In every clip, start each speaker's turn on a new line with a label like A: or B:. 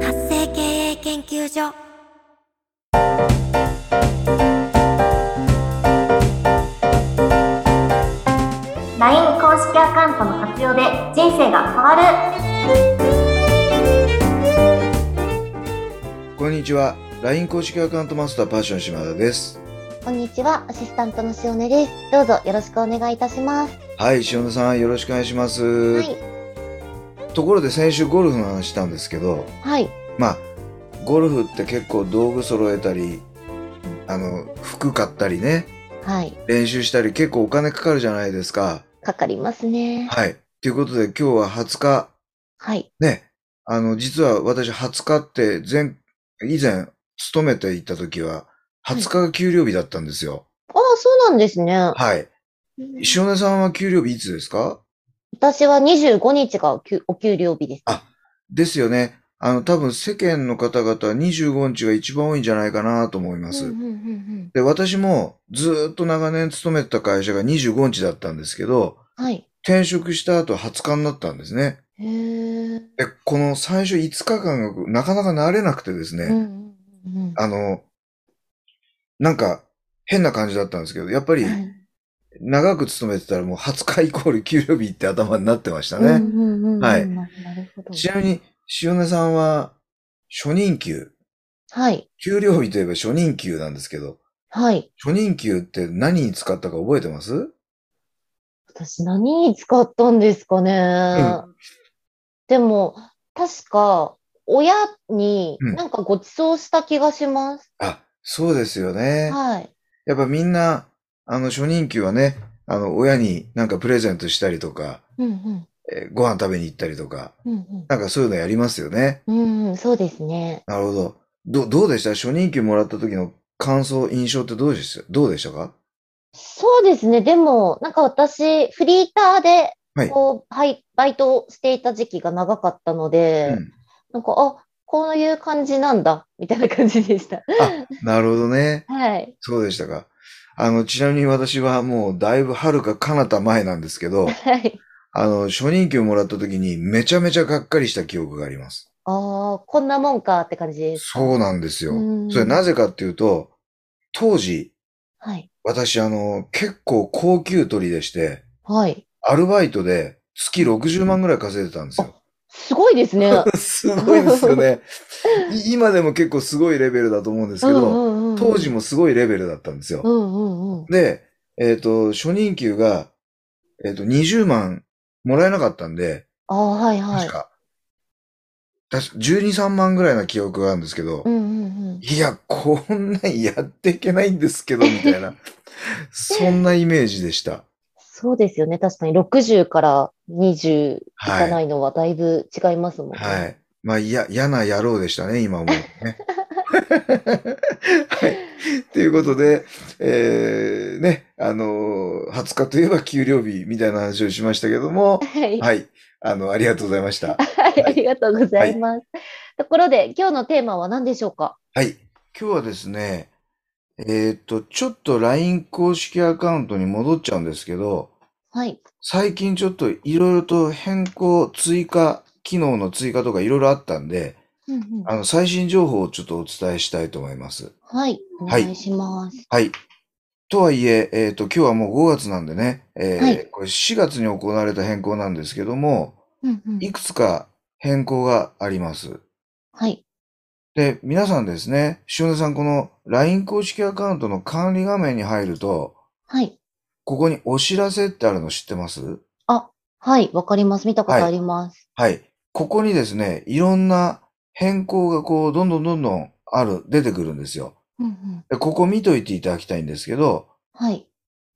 A: 発生経営研究所
B: ライン公式アカウントの活用で人生が変わる
C: こんにちは。LINE 公式アカウントマスターパッション島田です。
D: こんにちは、アシスタントのしおねです。どうぞよろしくお願いいたします。
C: はい、塩田さんよろしくお願いします。
D: はい、
C: ところで先週ゴルフの話したんですけど、
D: はい、
C: まあ、ゴルフって結構道具揃えたり、あの、服買ったりね、
D: はい、
C: 練習したり結構お金かかるじゃないですか。
D: かかりますね。
C: はい。ということで今日は20日、
D: はい、
C: ね、あの、実は私20日って前、以前勤めていた時は、20日が給料日だったんですよ。
D: ああ、そうなんですね。
C: はい。
D: うん
C: 塩根さんは給料日いつですか
D: 私は25日がお給お給料日です。
C: あですよね。あの、多分世間の方々は25日が一番多いんじゃないかなと思います。
D: うんうんうんうん
C: で、私もずーっと長年勤めてた会社が25日だったんですけど、
D: はい。
C: 転職した後20日になったんですね。
D: へえ。
C: で、この最初5日間がなかなか慣れなくてですね、
D: うんうんうん
C: あの、なんか変な感じだったんですけど、やっぱり
D: はい
C: 長く勤めてたらもう20日イコール給料日って頭になってましたね。
D: うんうんうんうん
C: はい
D: なるほど。
C: ちなみに、塩根さんは初任給、
D: はい、
C: 給料日といえば初任給なんですけど、
D: はい。
C: 初任給って何に使ったか覚えてます
D: 私何に使ったんですかね。でも、確か、親に
C: うん
D: なんかご馳走した気がします。
C: あ、そうですよね。
D: はい。
C: やっぱみんな、あの、初任給はね、あの、親になんかプレゼントしたりとか、
D: うんうん。
C: えーご飯食べに行ったりとか、
D: うん
C: なんかそういうのやりますよね。
D: うん、うん、そうですね。
C: なるほど。ど、どうでした初任給もらった時の感想、印象ってどうでしたどうでしたか
D: そうですね。でも、なんか私、フリーターで
C: はい、
D: こう、はい、バイトをしていた時期が長かったので、
C: うん。
D: なんか、あ、こういう感じなんだ、みたいな感じで した。
C: なるほどね。
D: はい。
C: そうでしたか。あの、ちなみに私はもうだいぶ遥か彼方前なんですけど、
D: はい。
C: あの、初任給もらった時にめちゃめちゃがっかりした記憶があります。
D: ああ、こんなもんかって感じですか。
C: そうなんですよ。
D: うん
C: それなぜかっていうと、当時、
D: はい。
C: 私あの、結構高給取りでして、
D: はい。
C: アルバイトで月60万ぐらい稼いでたんですよ。
D: すごいですね。
C: すごいですよね。 い今でも結構すごいレベルだと思うんです
D: う
C: け
D: んう
C: ど、
D: んうん。
C: 当時もすごいレベルだったんですよ
D: う。んうんうん。
C: で、えっ、と、初任給が、えっ、と、20万もらえなかったんで、
D: ああ、はいは
C: 確
D: い。
C: か、確か12、3万ぐらいな記憶があるんですけど、
D: うんうんうん。
C: いや、こんなんやっていけないんですけど、みた いな、そんなイメージでした。
D: そうですよね。確かに60から20い
C: はい
D: かないのはだいぶ違いますもんね。
C: はい。まあ、いや、嫌な野郎でしたね、今も、ね。 はい。ということで、えー、ね、あのー20日といえば給料日みたいな話をしましたけども、
D: はい。
C: はい。あの、ありがとうございまし
D: は
C: た。
D: い、ありがとうございます。ところで、今日のテーマは何でしょうか
C: はい。今日はですね、えーっと、ちょっと LINE 公式アカウントに戻っちゃうんですけど、
D: はい。
C: 最近ちょっといろいろと変更、追加、機能の追加とかいろいろあったんで、
D: うんうん
C: あの、最新情報をちょっとお伝えしたいと思います。
D: はい。お願いします。
C: はい。とはいえ、えーっと、今日はもう5月なんでね、えー
D: はい
C: これ4月に行われた変更なんですけども、
D: うんうん
C: いくつか変更があります。
D: はい。
C: で、皆さんですね、塩田さん、この LINE 公式アカウントの管理画面に入ると、
D: はい。
C: ここにお知らせってあるの知ってます
D: はい。わかります。見たことあります。
C: はい。ここにですね、いろんな変更がこう、どんどんどんどんある、出てくるんですよ。
D: うんうん
C: でここ見といていただきたいんですけど、
D: はい。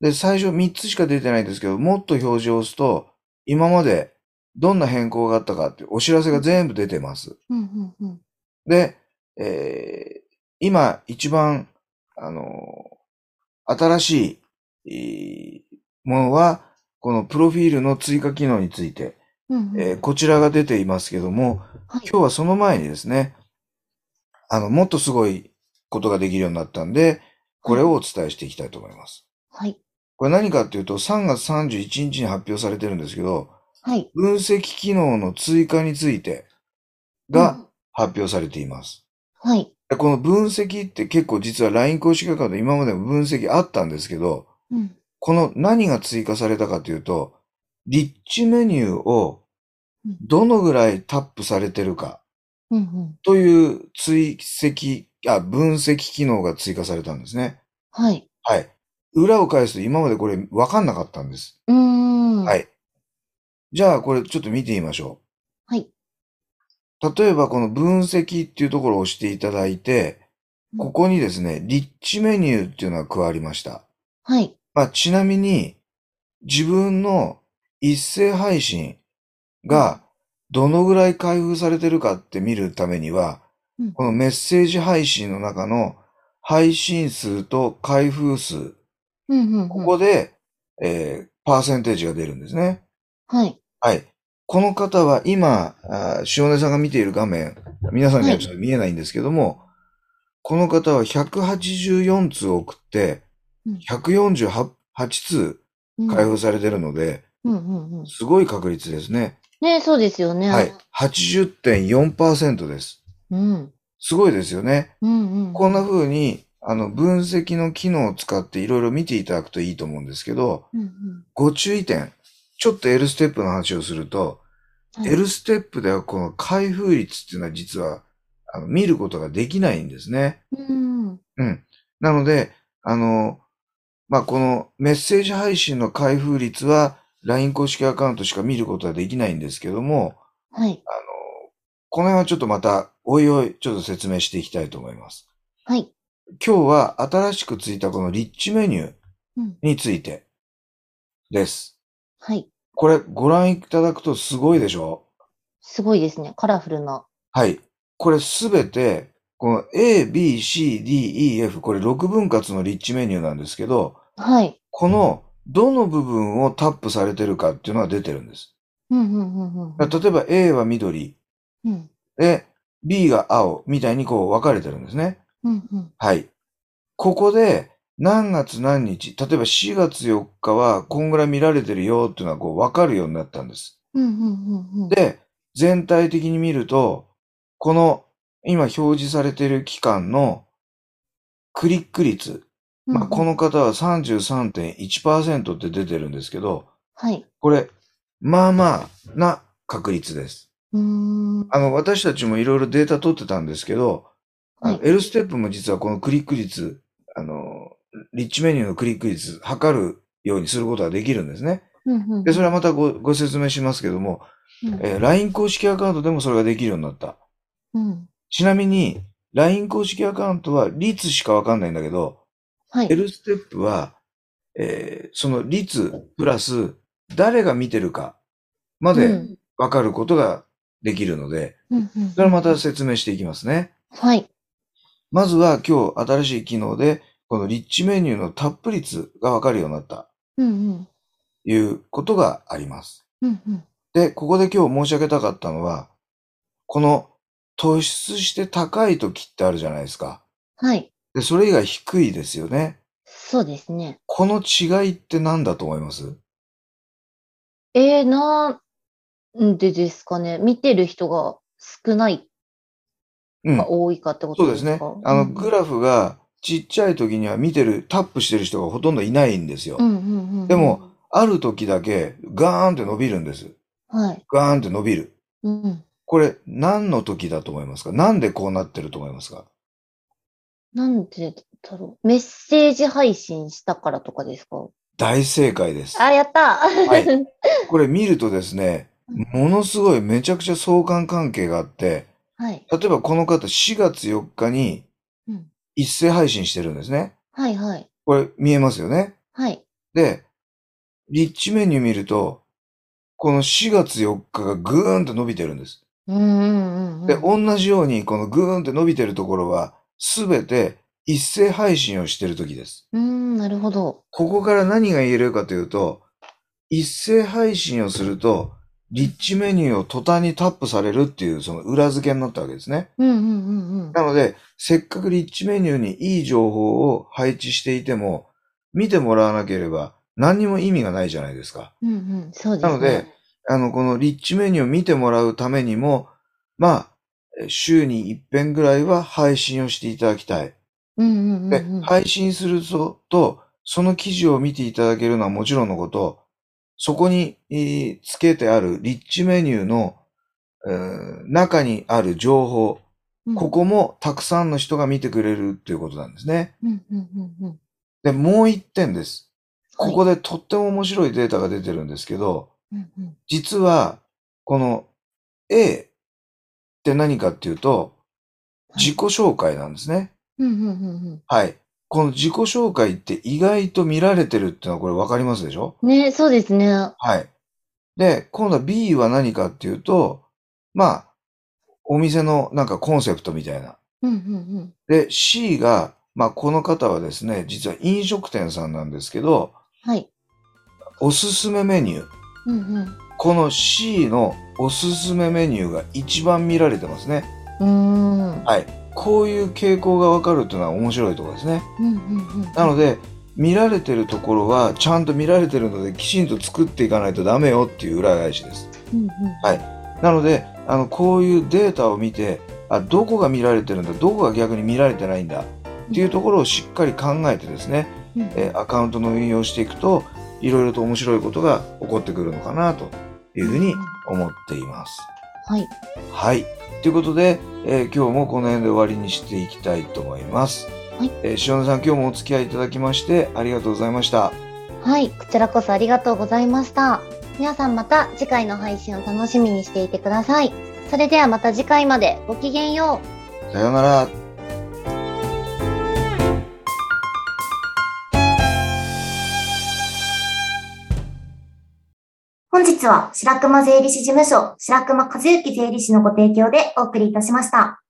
C: で、最初3つしか出てないんですけど、もっと表示を押すと、今までどんな変更があったかっていうお知らせが全部出てます。
D: うんうんうん
C: で、えー今一番、あの新しいいーものは、このプロフィールの追加機能について、
D: うんうん
C: えーこちらが出ていますけども、
D: はい
C: 今日はその前にですね、あの、もっとすごいことができるようになったんで、これをお伝えしていきたいと思います。
D: はい。
C: これ何かっていうと、3月31日に発表されてるんですけど、
D: はい。
C: 分析機能の追加についてが発表されています。
D: うん、はい。
C: でこの分析って結構実は LINE 公式アカウント今までも分析あったんですけど、
D: うん。
C: この何が追加されたかというと、リッチメニューを
D: うん
C: どのぐらいタップされてるか
D: うんうん。
C: という追跡、あ、分析機能が追加されたんですね。
D: はい。
C: はい。裏を返すと今までこれわかんなかったんです。
D: うーん。
C: はいじゃあこれちょっと見てみましょう。
D: はい。
C: 例えばこの分析っていうところを押していただいて、
D: うん
C: ここにですね、リッチメニューっていうのが加わりました。
D: はい。
C: まあ、ちなみに、自分の一斉配信がどのぐらい開封されてるかって見るためには、
D: うん
C: このメッセージ配信の中の配信数と開封数、
D: うんうんうん。
C: ここで、えーパーセンテージが出るんですね。
D: はい。
C: はい。この方は今、あー塩根さんが見ている画面、皆さんにはちょっと見えないんですけども、この方は184通送って
D: うん、
C: 148通
D: うん
C: 開封されてるので、
D: うんうんうん。
C: すごい確率ですね。
D: ねそうですよね。
C: はい。。80.4%です。
D: うん。
C: すごいですよね。
D: うんうん。
C: こんな風に、あの、分析の機能を使っていろいろ見ていただくといいと思うんですけど、
D: うんうん。
C: ご注意点。ちょっと L ステップの話をすると、
D: はい
C: L ステップではこの開封率っていうのは実はあの見ることができないんですね。
D: うん。
C: うん。なので、あの、まあ、このメッセージ配信の開封率は LINE 公式アカウントしか見ることはできないんですけども、
D: はい。
C: この辺はちょっとまたおいおいちょっと説明していきたいと思います。
D: はい。
C: 今日は新しくついたこのリッチメニュー
D: うん。
C: についてです。
D: はい。
C: これご覧いただくとすごいでしょ
D: すごいですね。カラフルな。
C: はい。これすべて、この A, B, C, D, E, F、これ6分割のリッチメニューなんですけど、
D: はい。
C: このどの部分をタップされてるかっていうのは出てるんです。
D: うんうんうんうん
C: だから例えば A は緑
D: うん。
C: で、B が青みたいにこう分かれてるんですね。
D: うんうん。
C: はい。ここで何月何日、例えば4月4日はこんぐらい見られてるよっていうのはこう分かるようになったんです。
D: うんうんうんうん。
C: で、全体的に見ると、この今表示されている期間のクリック率、
D: うんうん、
C: まあ、この方は33.1%って出てるんですけど、
D: はい。
C: これ、まあまあな確率です。
D: うーん。
C: あの、私たちもいろいろデータ取ってたんですけど、あの
D: はい
C: L ステップも実はこのクリック率、あの、リッチメニューのクリック率測るようにすることができるんですね。
D: うんうん
C: で、それはまたごご説明しますけども、
D: うん
C: えー LINE 公式アカウントでもそれができるようになった。
D: うん。
C: ちなみに、LINE 公式アカウントは率しかわかんないんだけど、
D: はい。
C: L ステップは、えーその率プラス誰が見てるかま
D: う
C: で
D: ん
C: わかることができるので、
D: うんうん
C: それをまた説明していきますね。
D: はい。
C: まずは今日新しい機能で、このリッチメニューのタップ率がわかるようになった
D: うんうん。
C: ということがあります。
D: うんうん。
C: で、ここで今日申し上げたかったのは、この突出して高い時ってあるじゃないですか。
D: はい。
C: で、それ以外低いですよね。
D: そうですね。
C: この違いって何だと思います
D: えー、なんでですかね。見てる人が少ない
C: うん
D: か。多いかってこ
C: そ
D: と
C: う
D: で
C: で
D: す
C: すね
D: か。
C: あの、グラフがちっちゃい時には見てる、タップしてる人がほとんどいないんですよ。
D: うんうんうんうん。
C: でも、ある時だけガーンって伸びるんです。
D: はい。
C: ガーンって伸びる。
D: うん。
C: これ何の時だと思いますかなんでこうなってると思いますか
D: なんでだろう。メッセージ配信したからとかですか
C: 大正解です。
D: あ、やった
C: いこれ見るとですね、ものすごいめちゃくちゃ相関関係があって、
D: はい。
C: 例えばこの方4月4日に
D: うん
C: 一斉配信してるんですね。
D: はいはい。
C: これ見えますよね。
D: はい。
C: で、リッチメニュー見ると、この4月4日がぐーんと伸びてるんです。
D: うんうんうんうん。
C: で、同じようにこのぐーんって伸びてるところは、すべて一斉配信をしてる時です。
D: うーん、なるほど。
C: ここから何が言えるかというと、一斉配信をすると、リッチメニューを途端にタップされるっていう、その裏付けになったわけですね。
D: うんうんうんうん。
C: なので、せっかくリッチメニューにいい情報を配置していても、見てもらわなければ何にも意味がないじゃないですか。
D: うんうん、そうですね。
C: なので、あの、このリッチメニューを見てもらうためにも、まあ、えー週に一遍ぐらいは配信をしていただきたい。
D: うんうんうん
C: で
D: うん。、
C: 配信するぞと、その記事を見ていただけるのはもちろんのこと、そこに、えーつけてあるリッチメニューの、えー中にある情報、
D: うん
C: ここもたくさんの人が見てくれるっていうことなんですね。
D: うんうんうんうん。
C: で、もう一点です。
D: はい
C: ここでとっても面白いデータが出てるんですけど、
D: うんうん
C: 実は、この A って何かっていうと、
D: はい
C: 自己紹介なんですね。
D: うんうんうん
C: はい。この自己紹介って意外と見られてるってのはこれわかりますでしょ
D: うん。ね、そうですね。
C: はい。で、今度は B は何かっていうと、まあ、お店のなんかコンセプトみたいな。
D: うんうん
C: で、C が、まあこの方はですね、実は飲食店さんなんですけど、
D: うん。はい。
C: おすすめメニュー。
D: うんうん。
C: この C のおすすめメニューが一番見られてますね。
D: うーん。
C: はい。こういう傾向がわかるっていうのは面白いところですね。
D: うんうんうん。
C: なので、見られてるところは、ちゃんと見られてるので、きちんと作っていかないとダメよっていう裏返しです。
D: うんうん。
C: なので、あの、こういうデータを見て、あ、どこが見られてるんだ、どこが逆に見られてないんだっていうところをしっかり考えてですね、
D: うん
C: えーアカウントの運用をしていくと、いろいろと面白いことが起こってくるのかなというふうに思っています。
D: はい。
C: はい。ということで、えー今日もこの辺で終わりにしていきたいと思います。
D: はい
C: えー塩野さん、今日もお付き合いいただきまして、ありがとうございました。
D: はい。こちらこそありがとうございました。皆さんまた次回の配信を楽しみにしていてください。それではまた次回までごきげんよう。
C: さようなら。
B: 本日は白熊税理士事務所、白熊和幸税理士のご提供でお送りいたしました。